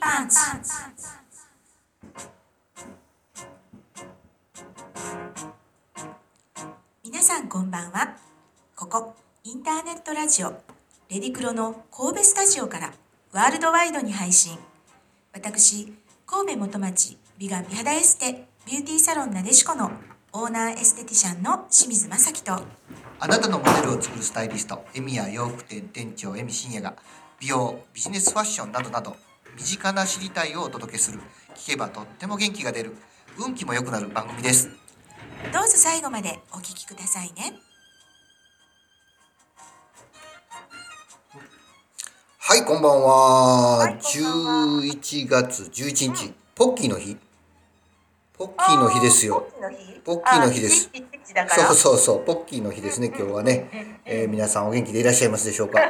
パンチ。皆さんこんばんは。ここインターネットラジオレディクロの神戸スタジオからワールドワイドに配信。私神戸元町美が美肌エステビューティーサロンなでしこのオーナーエステティシャンの清水正樹とあなたのモデルを作るスタイリスト、エミや洋服店店長エミ深夜が美容、ビジネスファッションなどなど身近な知りたいをお届けする聞けばとっても元気が出る運気も良くなる番組です。どうぞ最後までお聞きくださいね。はい、こんばんは。はいこんばんは11月11日、ポッキーの日。ポッキーの日ですよ。ポッキーの日ですあー。一日一日だからそうそうそう、ポッキーの日ですね、今日はね。えー皆さんお元気でいらっしゃいますでしょう か。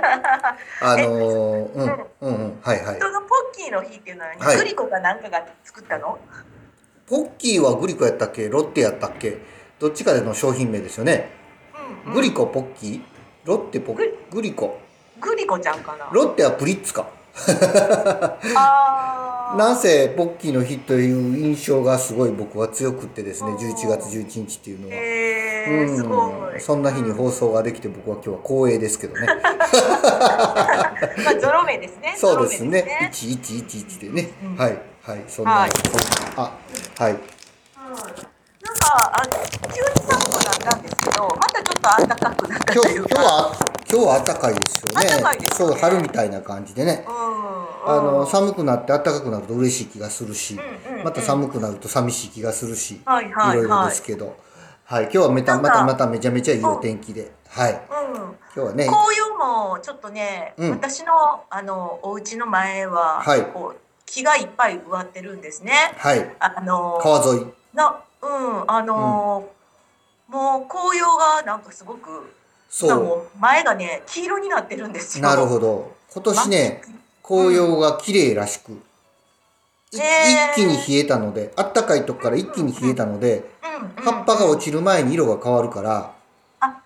あのー、うん、うん、うん、はいはい。人のポッキーの日っていうのは、ねはいグリコかなんかが作ったのポッキーはグリコやったっけロッテやったっけどっちかでの商品名ですよね。うん、うん、グリコポッキーロッテポッグリグリコグリコちゃんかなロッテはプリッツか。あーなんせポッキーの日という印象がすごい僕は強くってですね、うん11月11日っていうのは。へえうー、んすごいそんな日に放送ができて僕は今日は光栄ですけど ね。まあゾロ目ですねそうですゾロね目。です1111でねう。んはい。はい。そんな、はいそんなあ、はい。うんなんかあ急に寒くなったんですけどまたちょっと暖かくなった今と日い今う日かは今日は暖かいですよね。暖かいですそねう春みたいな感じでね。うんあのうん寒くなって暖かくなると嬉しい気がするし、うんうんうんまた寒くなると寂しい気がするし、はいはいろいろはでいすけど、はい、今日はめたなんまかたまためちゃめちゃいいお天気で、はい、うん今日はね、紅葉もちょっとね、うん私のあのお家の前は、はいこう木がいっぱい植わってるんですね。はい、あの川沿い、な、うん、あのーもう紅葉がなんかすごく、今そもう前がね、黄色になってるんですう、よ。なるほど、今年ね、紅葉が綺麗らしく、いへ一ー気に冷えたので、暖かいとこから一気に冷えたので、うんうん、葉っぱが落ちる前に色が変わるから、な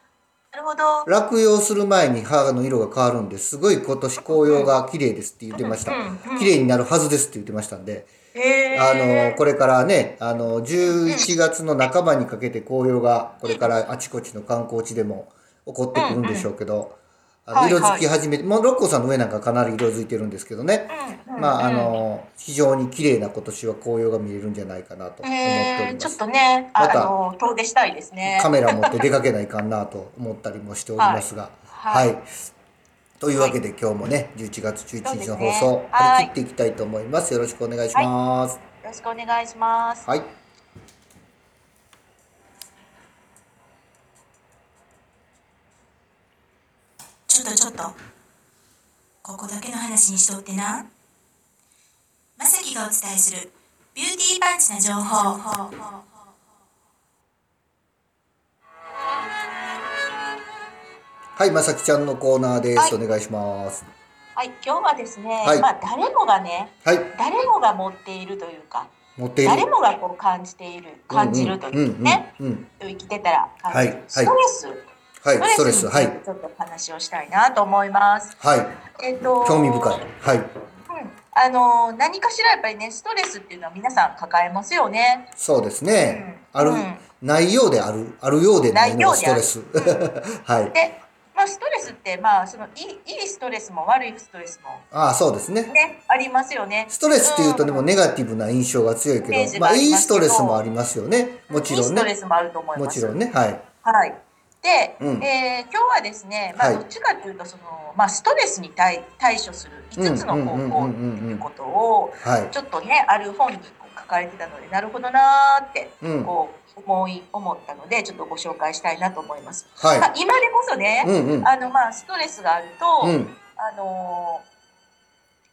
るほど。落葉する前に葉の色が変わるんですごい今年紅葉が綺麗ですって言ってましたうんうんうん綺麗になるはずですって言ってましたんでへあのこれ、れからねあの11月の半ばにかけて紅葉がこれからあちこちの観光地でも起こってくるんでしょうけどあのはい色はいづき始めてもう六甲山の上なんかかなり色づいてるんですけどねうんうんまああ、の非常に綺麗な今年は紅葉が見れるんじゃないかなとう思っておんへりーまちょっすと。ね、あまたあの遠出したいですね。カメラ持って出かけないかんなと思ったりもしておりますが。は。はいというわけで、今日もね、11月11日の放送、そうですね張はいり切っていきたいと思います。よろしくお願いします。よろしくお願いします。はい。ちょっとちょっと。ここだけの話にしとってな。まさきがお伝えするビューティーパンチな情報。はい、まさきちゃんのコーナーです。はお願いします。はい、今日はですね、はいまあ誰もがね、はい。誰もが持っているというか、持っている。誰もがこう感じている、感じるというかね。うんうんうんうん生きてたら感じる、はいストレス、はい、ストレにつス。いはてい。ちょっと話をしたいなと思います。はい。えっと興味深い。はい。うんあの何かしらやっぱりねストレスっていうのは皆さん抱えますよね。そうですね。うんある、うんないようである、あるようでないのがストレス。ないようで はい。で、まあストレスってまあそのいいいいストレスも悪いストレスもああ、そうですね。ねありますよね。ストレスっていうとでもうネガティブな印象が強いけイメーど、ジまがああいりいますスけどトレスもありますよね。もちいいろんストレね。スもあると思いもます。ちろんね。はい。はい。で、うんえー今日はですね、まはあいどっちかというとその、まあストレスに対対処する5つの方法っていうことをはい。ちょっとねある本にこう書かれてたのでなるほどなーってうん。はこう思い思ったのでちょっとご紹介したいなと思います。まあい。今でこそね、うんうん。あのまあストレスがあると、うん。あの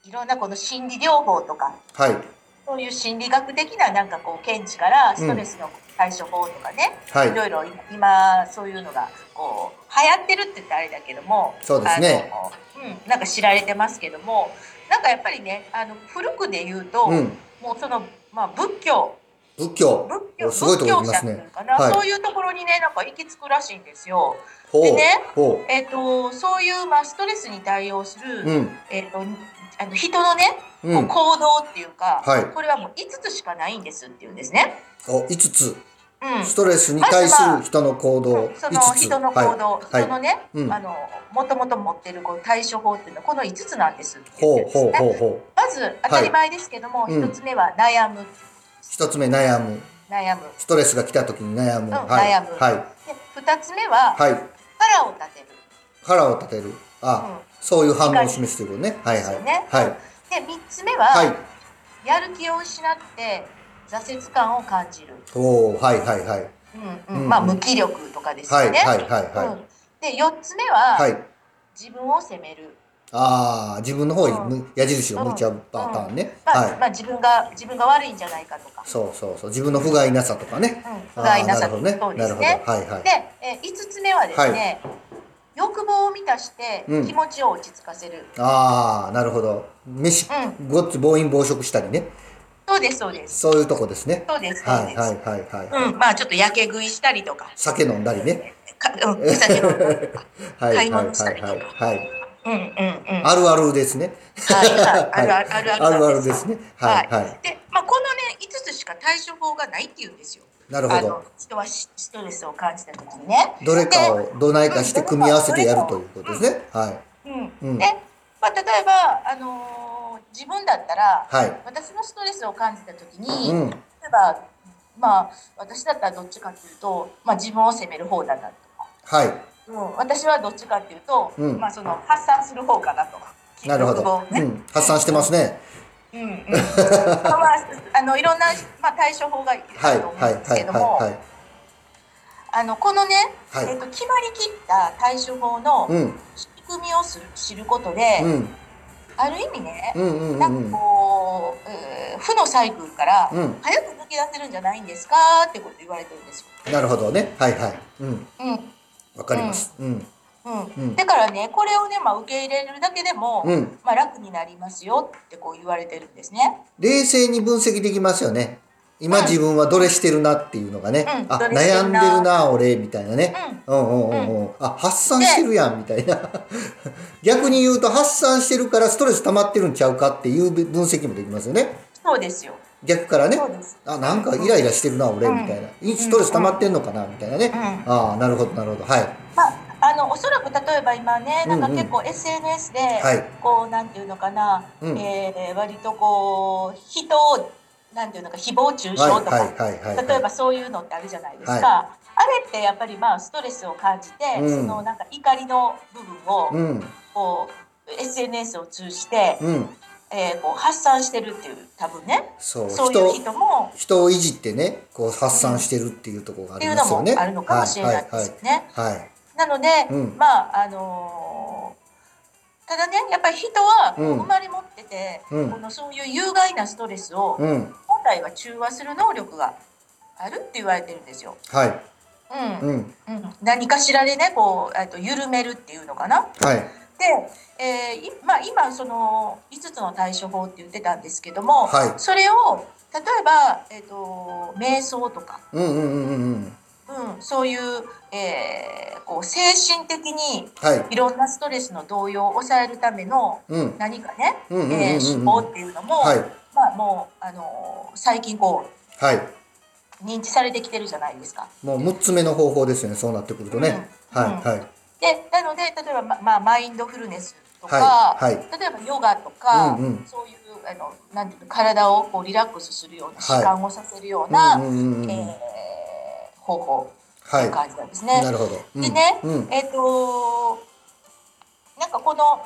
ーいろんなこの心理療法とかはい。そういう心理学的ななんかこう見地からストレスの対処法とかね、はいい、ろいろ今そういうのがこう流行ってるって言ったらあれだけどもそうですねあのうん、なんか知られてますけどもなんかやっぱりねあの古くで言うと、うん。もうその、まあ、仏教仏教。仏教すごいと仏こ行教きます者っていうねの。かな、はいそういうところにねなんか行き着くらしいんですよ。ほうでね。ほえっとそういう、まあ、ストレスに対応する、う。うん。えっとあの人のねうこうん行動っていうか、はいこれはもう5つしかないんですっていうんですね。お5つうん、ストレスに対する人の行動5つその人の行動、はい、人はのい、ね、うんあのもともと持ってるこう対処法っていうのはこの5つなんですって言っほてうるんですほうねほうほうまず当たり前ですけども、はい一うん1つ目は悩む1つ目悩む悩むストレスが来た時に悩む、うんはい悩むはいで2つ目ははい腹を立てる腹を立てるあ、そういう反応を示してることねはいですはいよね、はいで3つ目はいはやる気を失って挫折感を感じる、おおはいはいはいうんうんうんまあ、無気力とかですはいよね、はいはいはい、うん、で4つ目は、はい自分を責める、ああ自分の方にむ、矢印を向いちゃううんパターンね、まあはい、まあ、自分が自分が悪いんじゃないかとか、そうそうそう自分の不甲斐なさとかねうん、不甲斐なさあーとなるそほどねうでなるすほどね。はいはいで、えー5つ目はですね、欲望を満たしてうん気持ちを落ち着かせる、ああなるほど飯、うごっつ暴飲暴食したりねそうですそうですそういうとこですねそうですそうはでいす、はいはいはい、うん、まあちょっとやけ食いしたりとか酒飲んだりねか、うん、酒飲んだりとかはいはい買いはい物したりとかはいはいうんうんうんあるあるですねはいはいあるあるあるあなんるあるですねはいはい、で、まあ、このね5つしか対処法がないっていうんですよなるほあどの人はしストレスを感じた時にねどれかをどないかして組み合わせてやるということですねはいうんうんで、まあ、例えば、あのー自分だったら、はい私のストレスを感じた時に、うん例えばまあ私だったらどっちかっていうと、まあ、自分を責める方だなとか、はいうん、私はどっちかっていうと、うんまあ、その発散する方かなとか。なるほ欲望をど、ねうん、発散してますねうんうん まあまああのいろんな、まあ、対処法があるはいと思はういんですはけいどはもいはいあのこのね、はいえっと決まりきった対処法のうん仕組みをする知ることで、うんある意味ね、うんうんうなんんうんかこう、えー負のサイクルからうん早く抜け出せるんじゃないんですかってこと言われてるんですよ。なるほどねはいはいうんうんわかりますうんうんうんだからねこれをね、まあ、受け入れるだけでも、うんまあ、楽になりますよってこう言われてるんですね。冷静に分析できますよね今うん自分はどれしてるなっていうのがね、うんあどれして悩んるでなるな俺みたいなね、うんうんうんうんあ発散してるやんみたいな 逆に言うと発散してるからストレス溜まってるんちゃうかっていう分析もできますよねそうですよ。逆からねそうです。あなんかイライラしてるな俺うんみたいな、いストレス溜まってんのかなみたいなね、うんああなるほどなるほどはいまああのおそらく例えば今ねなんかうんうん結構 SNS で、はいこうなんていうのかな、うんえー割とこう人をなんていうのか誹謗中傷とはか、いはいはいはいはい例えばそういうのってあるじゃないですか、はいあれってやっぱりまあストレスを感じて、うんそのなんか怒りの部う分をんこう、SNS を通じて、うんえーこう発散してるっていう多分ねそうそういう人も人をいじってねこう発散してるっていうところがあってりいうまのすよもね。あるのかもしれないですよね。はいはいはいなので、うんまああのーただねやっぱり人はうん生まれ持ってて、うんこのそういう有害なストレスをはい、うん本来は中和する能力があるって言われてるんですよ。はいうんうんうん、何かしらでねこう、えっと緩めるっていうのかな。はいで、えーいまあ、今その5つの対処法って言ってたんですけども、はいそれを例えば、えっと瞑想とか、うんうんうんうんうんうん、そういう,、えーこう精神的にはいいろんなストレスの動揺を抑えるためのうん何かねうんうんうんうんえー手法っていうのも、はいまあもう、あのー最近こはう認知されてきてるじゃないですか。いもう6つ目の方法ですよねそうなってくるとね、うんはいうんはいでなので例えば、ままあ、マインドフルネスとか、はいは例えばヨガとか、うんうんそういうあのなんていうの体をこうリラックスするような時はい間をさせるような、うんうんうんうんえー方法とはいいう感じなんですね。なるほど、うんでね、うんえっ、となんかこの、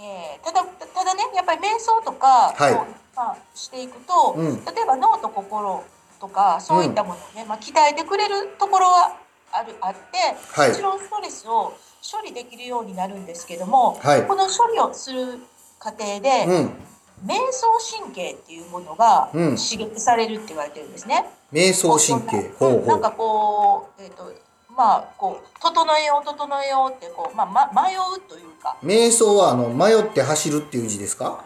えーただただねやっぱり瞑想とか、はいこうまあ、していくと、うん例えば脳と心とかそういったものをね、まあ、鍛えてくれるところはあるあって、はいもちろんストレスを処理できるようになるんですけども、はいこの処理をする過程で、うん瞑想神経っていうものがうん刺激されるって言われてるんですね。瞑想神経こほううほなんうかこうえっ、とまあこう整えよう整えようってこうまあ、ま、迷うというか瞑想はあの迷って走るっていう字ですか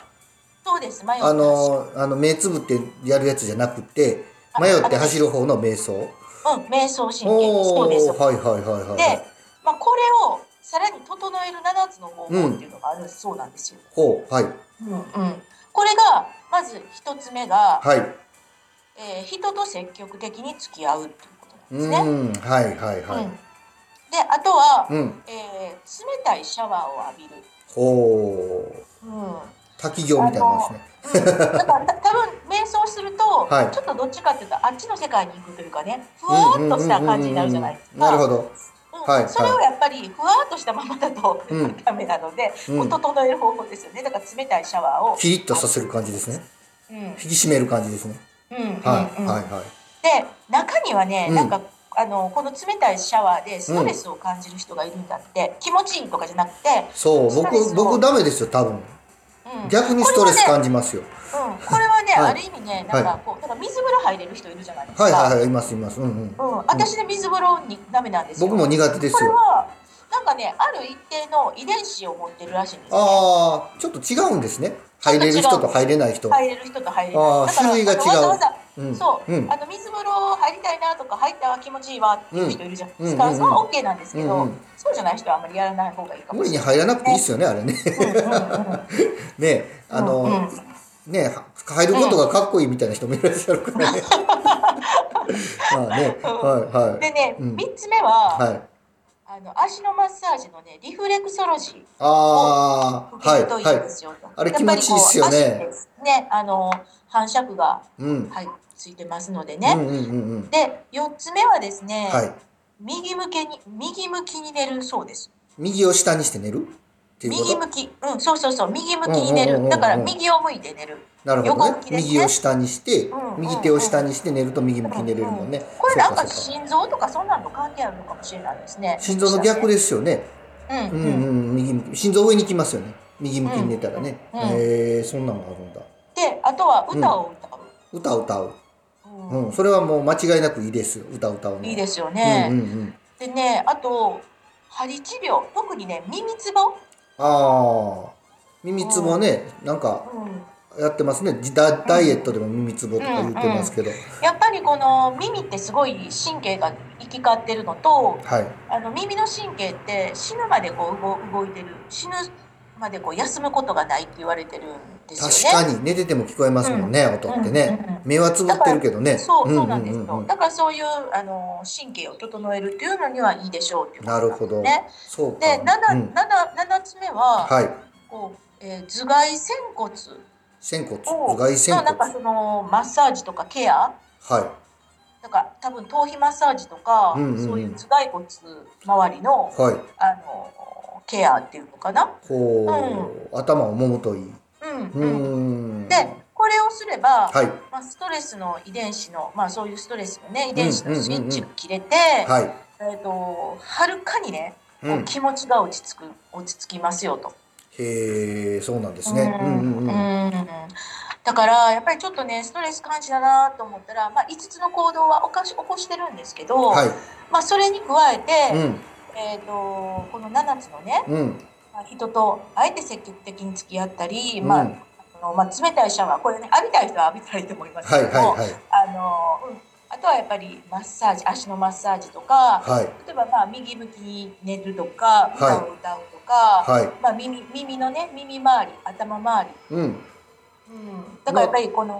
そうです迷うあのあの目つぶってやるやつじゃなくて迷って走る方の瞑想うん瞑想神経おそうです、おはいはいはいはいはいで、まあ、これをさらに整える7つの方法っていうのがあるそうなんですよ、ほうはいうんうんこれず一つ目が、はい。えー人と積極的に付き合うっていうことなうんですね。ん、はいはいうんは。、であとはいうん。えー冷たいシャワーを浴びる。ほう。うん滝行みたいなもんですね。だからた多分瞑想すると、はいちょっとどっちかっていうとあっちの世界に行くというかねふわーっとした感じになるじゃないですか。なるほど。うんはいそれをやっぱりふわーっとしたままだと、うんダメなので、うんこう整える方法ですよねだから冷たいシャワーを。キリッとさせる感じですね。うんうん引き締める感じですね。うんはい、うんはい、はい。で中にはね、うんなんかあのこの冷たいシャワーでストレスを感じる人がいるんだって、気持ちいいとかじゃなくて、そう、ストレス僕、を僕ダメですよ、多分。うん逆にストレス感じますよ。うん、これはね、はいある意味ねなんかこう、なんか水風呂入れる人いるじゃないですか。はい、はい、はい、います、います。うん、うん。うん、私ね水風呂にダメなんですよ。僕も苦手ですこれよ。はなんかねある一定の遺伝子を持ってるらしいんですね、ああ、ちょっと違うんですね。入れる人と入れない人。入れる人と入れるあー人だから種類が違うあのわざわうんざそう、うんあの水風呂入りたいなとか入ったわ気持ちいいわっていう人いるじゃないですか、うんうんそれは OK なんですけど、うんうんそうじゃない人はあんまりやらない方がいいかも無理しにれない。入らなくていいっすよね、あれね。 ね、あうんうんの、ね、は入ることがかっこいいみたいな人もいらっしゃるからね。 まあね、はい、はでね、うん3つ目は、い。はい。あの足のマッサージのねリフレクソロジーああ、受はけい、るといいではすよと、あれ気持ちいいっすよねやっぱりこう足ですねあの反射区が、い。うん。はい、ついてますのでね、うんうんうんうん。で4つ目はですね、はい。右向けに右向きに寝るそうです右を下にして寝るっていうこ右と向きうんそうそうそう右向きに寝うんうんうんうんうんるだから右を向いて寝るなるほど横ね向きですね右を下にしてうんうん右手を下にして寝ると右向きに寝れるもんねこれなんそうかかそうか心臓とかそんなのと関係あるのかもしれないですね心臓の逆ですよねうんううんん、うん右向き心臓上に来ますよね右向きに寝たらねうんへえそんなのあるんだであとは歌を歌う、歌を歌ううんうんそれはもう間違いなくいいですよ歌を歌うのいいですよねね、うんうんうんでねあと針治療特にね耳つぼ、ああ耳つぼねなんかうん、やってますねじダダイエットでも耳つぼとか言ってますけどやっぱりこの耳ってすごい神経が行き交ってるのとはいあの耳の神経って死ぬまでこう動動いてる死ぬまでこう休むことがないって言われてるんです確よね。かに寝てても聞こえますもんね、音ってね、うんうんうん目はつぶってるけどねそうそうなんんですよ、んうんだからそういうあの神経を整えるっていうのにはいいでしょうっていうことなるほど、ね。そうかで七うん七七つ目は、はいこう、えー、頭蓋仙骨仙骨頭を蓋仙の骨なんかそのマッサージとかケアはだから多分頭皮マッサージとか、うんうんうんそういう頭蓋骨周りのいはいあのケアっていうのかな。こう、頭を揉むといいううん、うんーんでこれをすれば、はいまあ、ストレスの遺伝子の、まあ、そういうストレスのね遺伝子のスイッチが切れて、はいえっ、とはるかにね、うこうん気持ちが落ち着く落ち着きますよと。へえそうなんですねうんうんうんうんだからやっぱりちょっとねストレス感じだなと思ったら、まあ、5つの行動はおかし起こしてるんですけど、はいまあ、それに加えて、うんえー、とこの7つのね、うんまあ、人とあえて積極的に付き合ったり、うんまああのまあ、冷たいシャワーこれね浴びたい人は浴びたいと思いますはけいどはいも、はいあの、うん、あとはやっぱりマッサージ足のマッサージとかはい例えばまあ右向きに寝るとかい歌を歌うとか、はいまあ、耳耳のね耳周り頭周り、うんうん、だからやっぱりこの、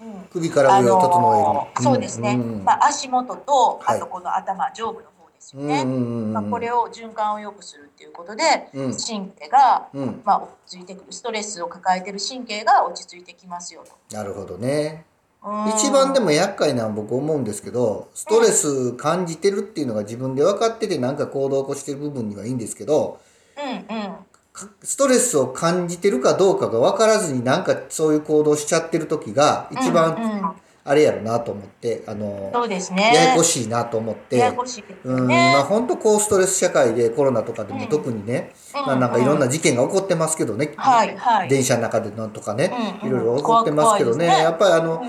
うん首から上を整える、んそうですね、うんまあ、足元とはいあとこの頭、上部の方ですようんね、うんうんまあ、これを循環を良くするっていうことでうん神経が、うんまあ、落ち着いてくるストレスを抱えてる神経が落ち着いてきますよと。なるほどねうん一番でも厄介なのは僕思うんですけどストレス感じてるっていうのが自分で分かっててなんか行動を起こしてる部分にはいいんですけどうんうんかストレスを感じてるかどうかが分からずになんかそういう行動しちゃってる時が一うんうん番あれやろなと思ってあのそうですやね。やこしいなと思っやてや。こしいですうよんねまあ、本当こうストレス社会でコロナとかでもうん特にね、うまあ、なんかいろんうな事件が起こってますけどね、はいはい電車の中でなんとかね、うんいうんろいろ起こってますけどね怖い怖いですねやっぱりあの、うんうん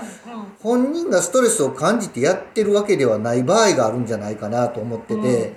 本人がストレスを感じてやってるわけではない場合があるんじゃないかなと思ってて、うん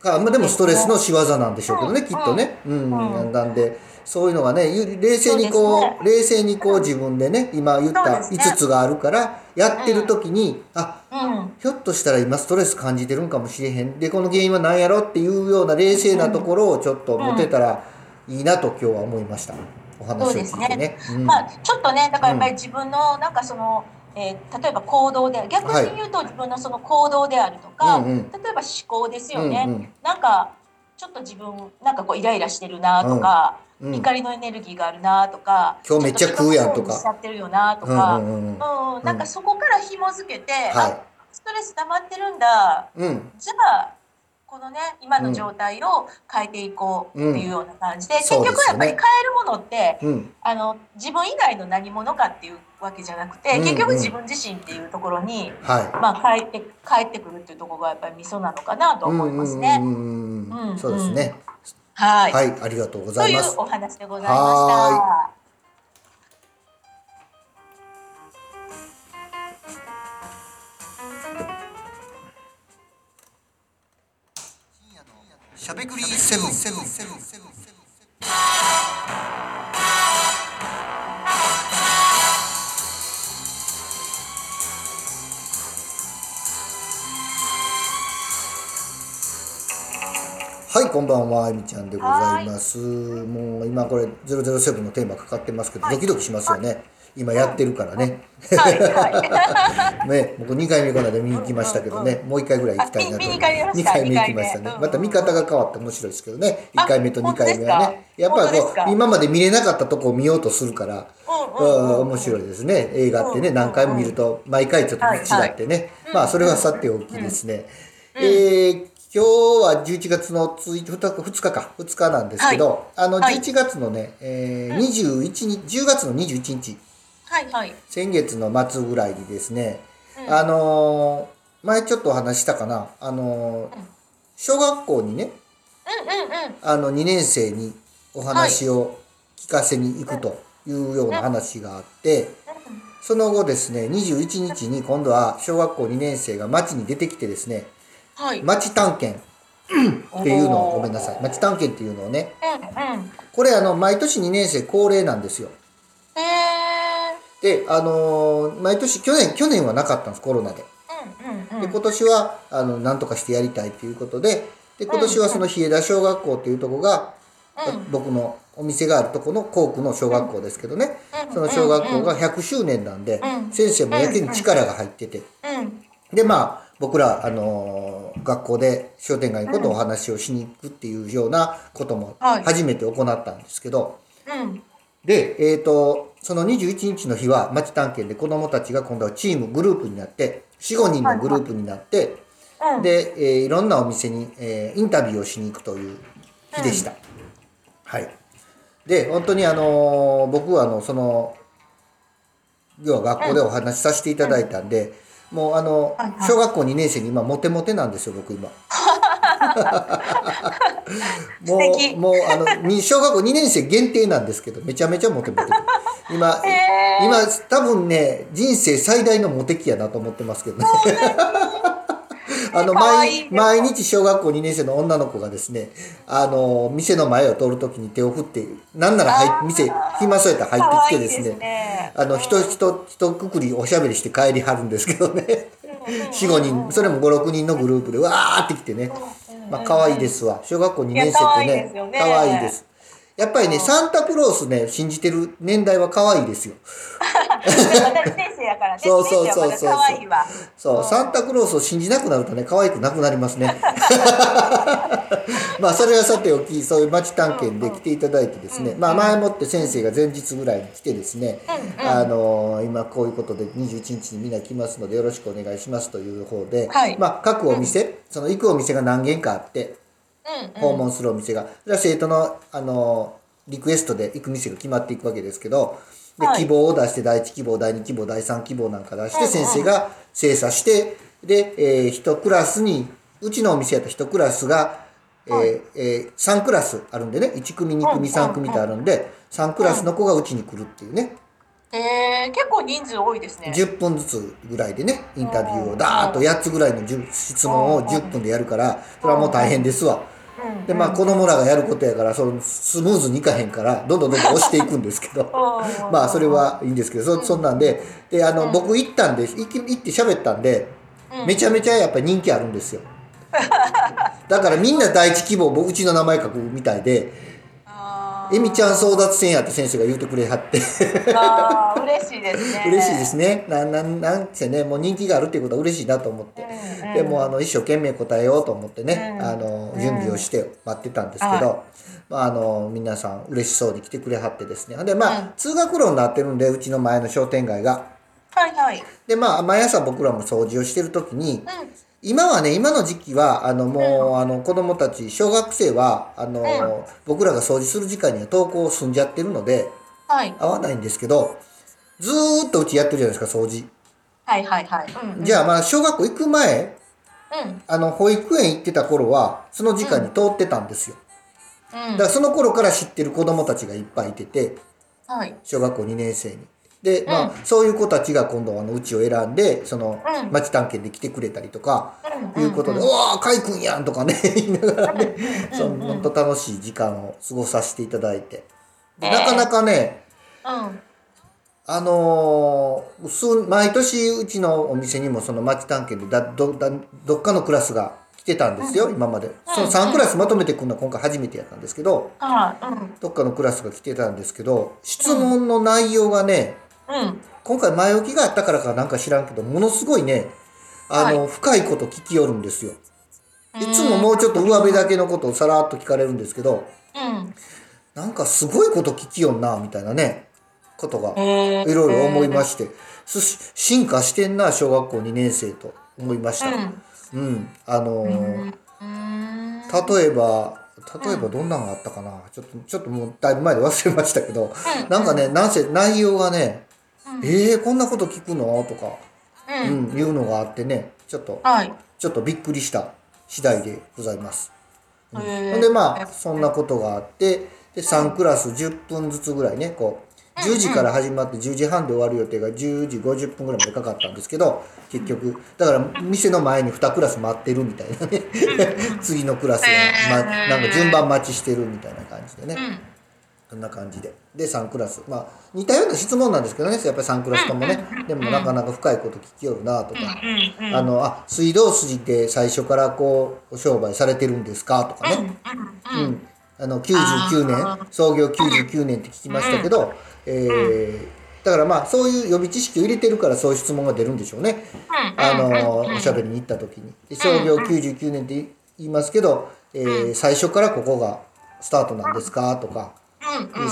かまあ、でもストレスの仕業なんでしょうけどね、うんきっとね。うん、うんなんでそういうのがねゆ冷静にこうそうです冷静にこう自分でね今言っそうたです5ねつがあるからやってる時に、あうんひょっとしたら今ストレス感じてるんかもしれへんでこの原因は何やろっていうような冷静なところをちょっと持てたらいいなと今日は思いました。お話を聞いてね。うんまあ、ちょっとね、だからやっぱり自分の、なんかその、えー例えば行動で、逆に言うと自分のその行動であるとか、うんうん例えば思考ですよね。うんうんなんか、ちょっと自分、なんかこうイライラしてるなとか、うん怒りのエネルギーがあるなとか、今日めっちゃ食うやんとかちょっ気のせいにしちゃってるよなとうか、うんんうんうんうんなんかそこから紐付けて、あはストレス溜まってるんだ、い。うん。じゃあこのね今の状態を変えていこうっていうような感じで、うんそう結ですよね局やっぱり変えるものっうてん。あの自分以外の何者かっていうわけじゃなくて、うんうん結局自分自身っていうところに、は。まあ、変えて帰ってくるっていうところがやっぱりミソなのかないとうん思ういますんね。うんう。うんんそうですね。はい、はい、ありがとうござといいまうす。お話でございました。しゃべくりセブンセブンセブンセブンはい、こんばんは、あゆみちゃんでございます。もう今これ007のテーマかかってますけど、ドキドキしますよね。今やってるからね。はい、はい、ね、僕2回目この間見に行きましたけどね、もう1回ぐらい行きたいなと。あ見見に行かれました2回目行きましたね二回目う。んまた見方が変わって面白いですけどね、あ1回目と2回目はね。やっ本ぱ当でこすか本当ですう、か今まで見れなかったとこを見ようとするから、うんうんうんうん 面白いですね。映画ってね、うん何回も見ると、毎回ちょっと違ってね。まあ、それはさておきですね。えー今日は11月のつい 2, 日か、2日なんですけど、あの、はい11月のね、えー21日、10月の21日、はい、はい、先月の末ぐらいにですね、うんあのー前ちょっとお話ししたかな、あのーうん小学校にね、うん、うん、うん、あの2年生にお話を聞かせに行くというような話があって、その後ですね、21日に今度は小学校2年生が町に出てきてですね、はい、町探検っていうのを、ごめんなさい、町探検っていうのをね、うん、うん、これあの、毎年2年生恒例なんですよ。へえ、で、あのー毎年、去年、去年はなかったんです、コロナで。うん、うん、うでん、今年はあの何とかしてやりたいということでで今年はその日枝小学校というとこが、うん僕のお店があるとこの校区の小学校ですけどね、うんその小学校が100周年なんで、うん先生もやけに力が入ってて、うん、でまあ僕ら、あのー学校で商店街のことをお話をしに行くっていうようなこともはい初めて行ったんですけど。うん、で、えー、とその21日の日は町探検で子どもたちが今度はチームグループになって45人のグループになって、うんで、えーいろんなお店に、えーインタビューをしに行くという日でした。はい、で本当に、あのー僕はあのその要は学校でお話しさせていただいたんで、もうあのはいはい小学校2年生に今モテモテなんですよ僕 今。も素敵うもうあのに小学校2年生限定なんですけどめちゃめちゃモテモテで今、へー今多分ね人生最大のモテ期やなと思ってますけどね。あのかわい毎いです毎日小学校2年生の女の子がですねあの店の前を通るときに手を振ってなんなら入っ店暇そうやったら入ってきてですねあの人人人くくりおしゃべりして帰りはるんですけどね45人それも56人のグループでわーって来てねまあ可愛いですわ小学校2年生っいや可愛いてですよねね可愛いですやっぱりねサンタクロースね信じてる年代は可愛いですよ私先生やからね。そうそうそうそう先生はまだ可愛いわ。そううんサンタクロースを信じなくなるとね可愛くなくなりますね まあそれはさておきそういう町探検で来ていただいてですね、まあ前もって先生が前日ぐらいに来てですね、うんうんあのー今こういうことで21日にみんな来ますのでよろしくお願いしますという方で、はいまあ各お店、その行くお店が何軒かあってうん訪問するお店が、それは生徒の、あのリクエストで行く店が決まっていくわけですけどで、はい希望を出して第1希望第2希望第3希望なんか出しうんてうん先生が精査してで、え1クラスにうちのお店やった1クラスが、えーはいえー3クラスあるんでね1組2うんうん組3組とあるんで3クラスの子がうちに来るっていうねうん。えー、結構人数多いですね。 10分ずつぐらいでねインタビューをダーッと8つぐらいの10質問を10分でやるからそれはもう大変ですわ。うんでまあ子供らがやることやからそのスムーズにいかへんからどんどんどんどん押していくんですけ どうんまあそれ。はいいんですけどそそんなんでであの、うん僕行ったんで行き行って喋ったんで、うんめちゃめちゃやっぱり人気あるん ですよだからみんな第一希望僕うちの名前書くみたいであエミちゃん争奪戦やって先生が言うてくれはってあー嬉しいですね嬉しいですね、ね。なんなんなんせねもう人気があるっていうことは嬉しいなと思って。うんうんでもうあの一生懸命答えようと思ってね、うんあのうん準備をして待ってたんですけど、まあ、あの皆さん嬉しそうに来てくれはってですねでまあ、うん通学路になってるんでうちの前の商店街がはいはいでまあ毎朝僕らも掃除をしてる時にうん今はね今の時期はあのもう、あの子供たち小学生はあの、うん僕らが掃除する時間には登校済んじゃってるのではい合わないんですけどずーっとうちやってるじゃないですか掃除。はいはいはい、うんうん、じゃあまあ小学校行く前うんあの保育園行ってた頃はその時間に通ってたんですよ、うんだからその頃から知ってる子供たちがいっぱいいててはい小学校2年生にで、まあうそういう子たちが今度はあのうちを選んでそのうん町探検で来てくれたりとかうんいうことで「ううんわー海君やん!」とかね 言いながらねうんそうんの本当楽しい時間を過ごさせていただいてでええなかなかねうんあのー数毎年うちのお店にもその町探検でだどだどっかのクラスが来てたんですよ、今までその3クラスまとめてくるのは今回初めてやったんですけどはいうんどっかのクラスが来てたんですけど質問の内容がねうん今回前置きがあったからかなんか知らんけどものすごいねあの、深いこと聞きよるんですよいつももうちょっと上辺だけのことをさらっと聞かれるんですけどうんなんかすごいこと聞きよんなみたいなねことが。えーいろいろ思いましして、すし進化してんな小学校2年生と思いました。うん、あのうんーうん例えば例えばどんなんがあったかな、ちょっとちょっともうだいぶ前で忘れましたけど、うんなんかねなんせ内容がね、うんえー、こんなこと聞くのとか、ううんん、いうのがあってねちょっとはいちょっとびっくりした次第でございます。うんへーほんでまあそんなことがあってで3クラス10分ずつぐらいねこう10時から始まって10時半で終わる予定が10時50分ぐらいまでかかったんですけど結局だから店の前に2クラス待ってるみたいなね 次のクラスが、ま、なんか順番待ちしてるみたいな感じでねうんこんな感じでで3クラスまあ似たような質問なんですけどねやっぱり3クラスともねでもなかなか深いこと聞きよるなとか。うんうんあのあ水道筋って最初からこう商売されてるんですかとかね、うんあの99あ年創業99年って聞きましたけど、えーだからまあそういう予備知識を入れてるからそういう質問が出るんでしょうね、あのおしゃべりに行った時にで創業99年って言い言いますけど、えー最初からここがスタートなんですかとか。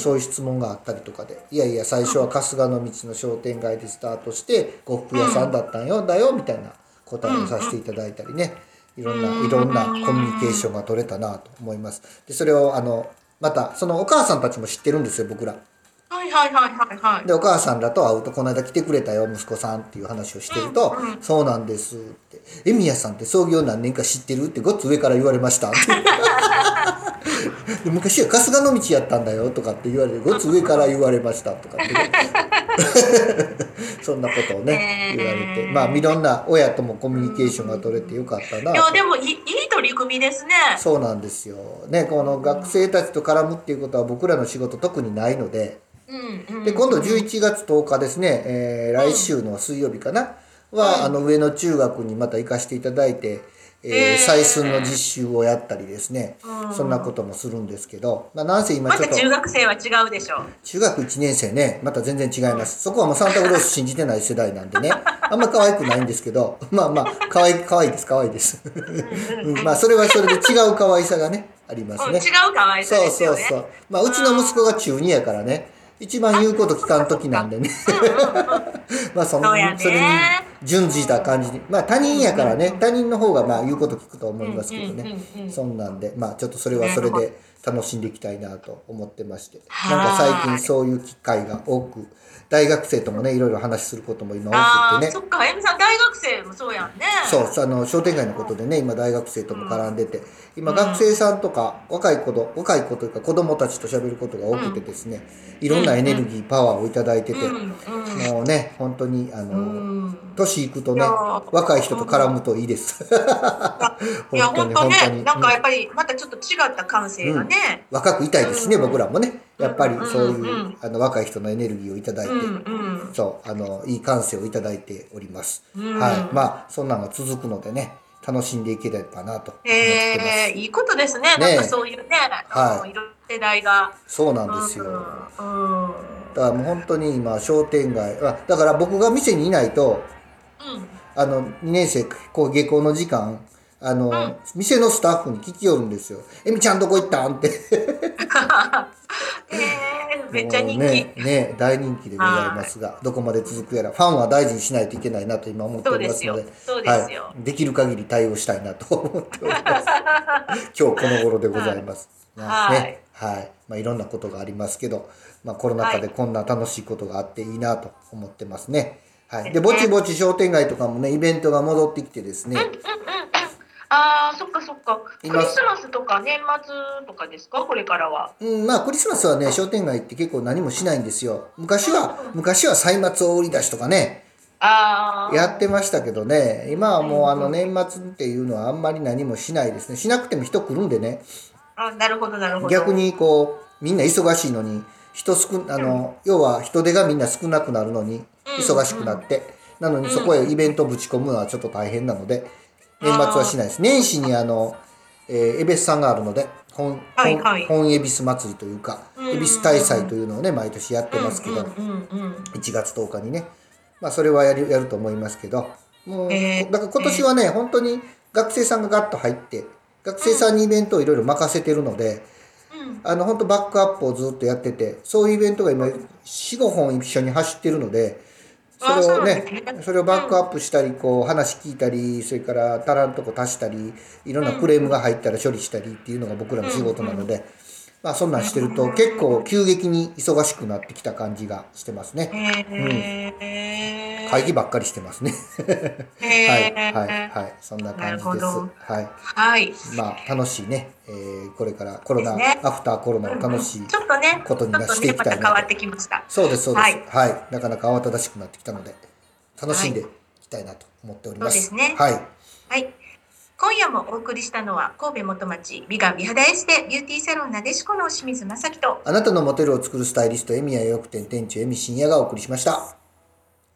そういう質問があったりとかで「いやいや最初は春日の道の商店街でスタートして呉服屋さんだったんよだよ」みたいな答えをさせていただいたりねいろんないろんなコミュニケーションが取れたなと思います。でそれをあのまたそのお母さんたちも知ってるんですよ僕ら。はいはいはいはいはいでお母さんらと会うと「この間来てくれたよ息子さん」っていう話をしてると「そうなんです」って「えみやさんって創業何年か知ってる?」ってごっつ上から言われま したってで昔は春日の道やったんだよとかって言われてごっつ上から言われましたとかってね そんなことをね言われてまあいろんな親ともコミュニケーションが取れてよかったないやでもいいいい取り組みですね。そうなんですよねこの学生たちと絡むっていうことは僕らの仕事特にないので。うんうん。で今度11月10日ですね、えー来週の水曜日かな、は、あの上野中学にまた行かせていただいて、えーへー採寸の実習をやったりですね、うんそんなこともするんですけど、まあ、なんせ今まちょたっと中学生は違うでしょう。中学1年生ねまた全然違いますそこはもうサンタクロース信じてない世代なんで ねあんま可愛くないんですけど まあまあ可愛い可愛いです可愛いです、うん、 まあそれはそれで違う可愛さがねありますうんね違う可愛さそうですそようね。そう。まあ、うちの息子が中2やからね。一番言うこと聞かん時なんでね。 まあそのそうやねそれに準じた感じに。まあ他人やからね。他人の方がまあ言うこと聞くと思いますけどねうんうんうんう。んそんなんで、まあちょっとそれはそれで楽しんでいきたいなと思ってまして。はないんか最近そういう機会が多く、大学生ともね、いろいろ話することも今あ多くあてねそ。っか M さん大学生もそうやんね。そうあの商店街のことでね今大学生とも絡んでて、今学生さんとか若い子ど若い子というか子供たちと喋ることが多くてですね、いろんなエネルギー、パワーを頂いただいてて、うんうんもうね本当にあの、うん。年いくとねいやー若い人と絡むといいです。 いや本当本に当本当ねになんかやっぱりまたちょっと違った感性がね。若くいたいですね、僕らもねやっぱりそういう、うんうんあの若い人のエネルギーを頂いただいて、うんうん。そうあのいい感性を頂いただいております、うんはいまあそんなのが続くのでね楽しんでいければなと思ってます。ええいいことですね。ねなんかそういうね、あのはいいろいろ世代が。そうなんですよ。うん。うん。だからもう本当に今商店街あだから僕が店にいないとあの2年生こう下校の時間あの、ん店のスタッフに聞きよるんですよ「えみちゃんどこ行ったん?」ってえー、めっちゃ人気。もうねね大人気でございますがどこまで続くやらファンは大事にしないといけないなと今思っておりますのでそうですよそうですよはい、できる限り対応したいなと思っております 今日この頃でございます、まあはいねはいまあ、いろんなことがありますけど、まあ、コロナ禍でこんな楽しいことがあっていいなと思ってますね、はい、でぼちぼち商店街とかもねイベントが戻ってきてですね、ああ、そっかそっか。クいリますスマスとか年末とかですか、これからは。うん、まあクリスマスはね商店街って結構何もしないんですよ昔は昔は歳末を売り出しとかねああ。やってましたけどね今はもうあの年末っていうのはあんまり何もしないですねしなくても人来るんでねあ、なるほど、なるほど。逆。にこうみんな忙しいのに人少あの要は人手がみんな少なくなるのに忙しくなってなのにそこへイベントぶち込むのはちょっと大変なので年末はしないです年始にあのえー恵比寿さんがあるので本はい本はい本恵比寿祭りというかん恵比寿大祭というのをね毎年やってますけどうん、うん、うん。 1月10日にね、まあ、それはやるやると思いますけどもう、えーだから今年はね、本当に学生さんがガッと入って学生さんにイベントをいろいろ任せてるので、うんあの本当バックアップをずっとやっててそういうイベントが今45本一緒に走ってるのでそれをあーそうねなんですねそれをバックアップしたりこう話聞いたりそれから足らんとこ足したりいろんなクレームが入ったら処理したりっていうのが僕らの仕事なので。まあそんなんしてると結構急激に忙しくなってきた感じがしてますね。へー会議ばっかりしてますね。はいへーはいはいそんな感じなでるす。ほどはいはい。まあ楽しいね、えーこれからコロナ、ですねアフターコロナを楽しい。ちょっとね、ことになちょっとしていね、きたまいなた変わってきました。そうですそうです。ははいい、なかなか慌ただしくなってきたので楽しんでいきたいなと思っております。そうですねはいはい。今夜もお送りしたのは神戸元町美顔美肌エステビューティーサロンなでしこの清水正樹とあなたのモテルを作るスタイリストエミヤ洋服店店長エミ深夜がお送りしました。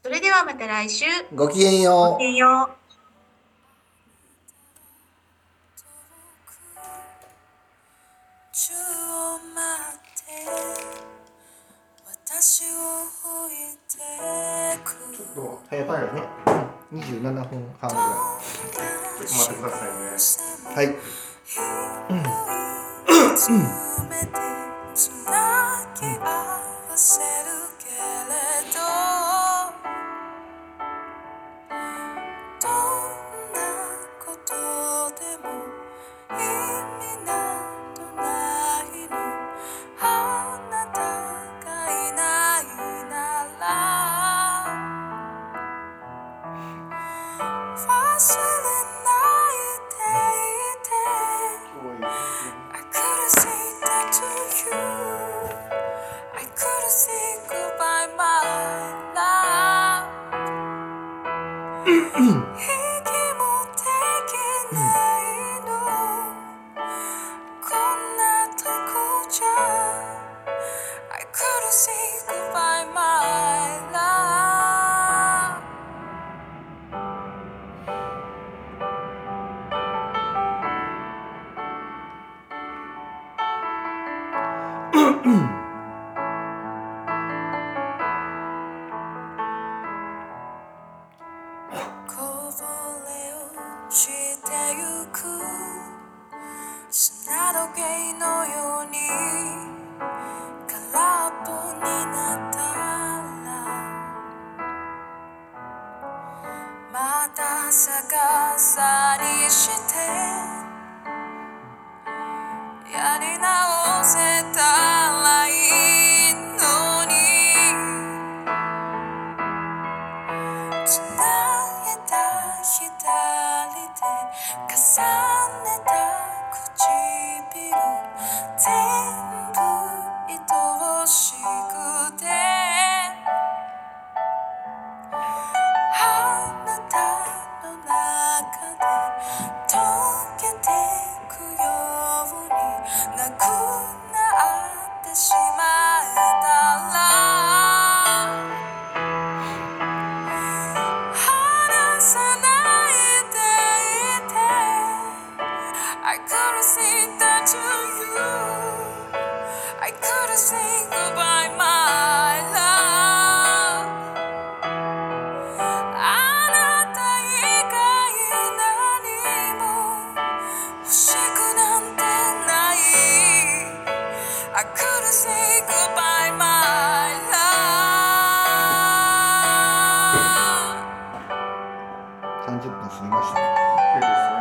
それではまた来週ごきげんよう。ごきげんよう宙を待って私を置いてくどう早いよね。二十七分半ぐちょっと待ってくださいねらい。はい。詰めてつなぎ合わせるけれどどんなことでも意味などないのあなたがいないなら忘れないでいて I couldn't say that to you. I couldn't say goodbye, my love. 息もできないの。こんなとこじゃ。I couldn't say goodbye, my love.「こぼれ落ちてゆく」「砂時計のように空っぽになったら」「また逆さにして」「やり直せたらいいのに」「つなげた左手」「重ねた唇」「全部愛おしくて」「あなたの中で」「溶け I couldn't say goodbye, my love. 30分過ぎました。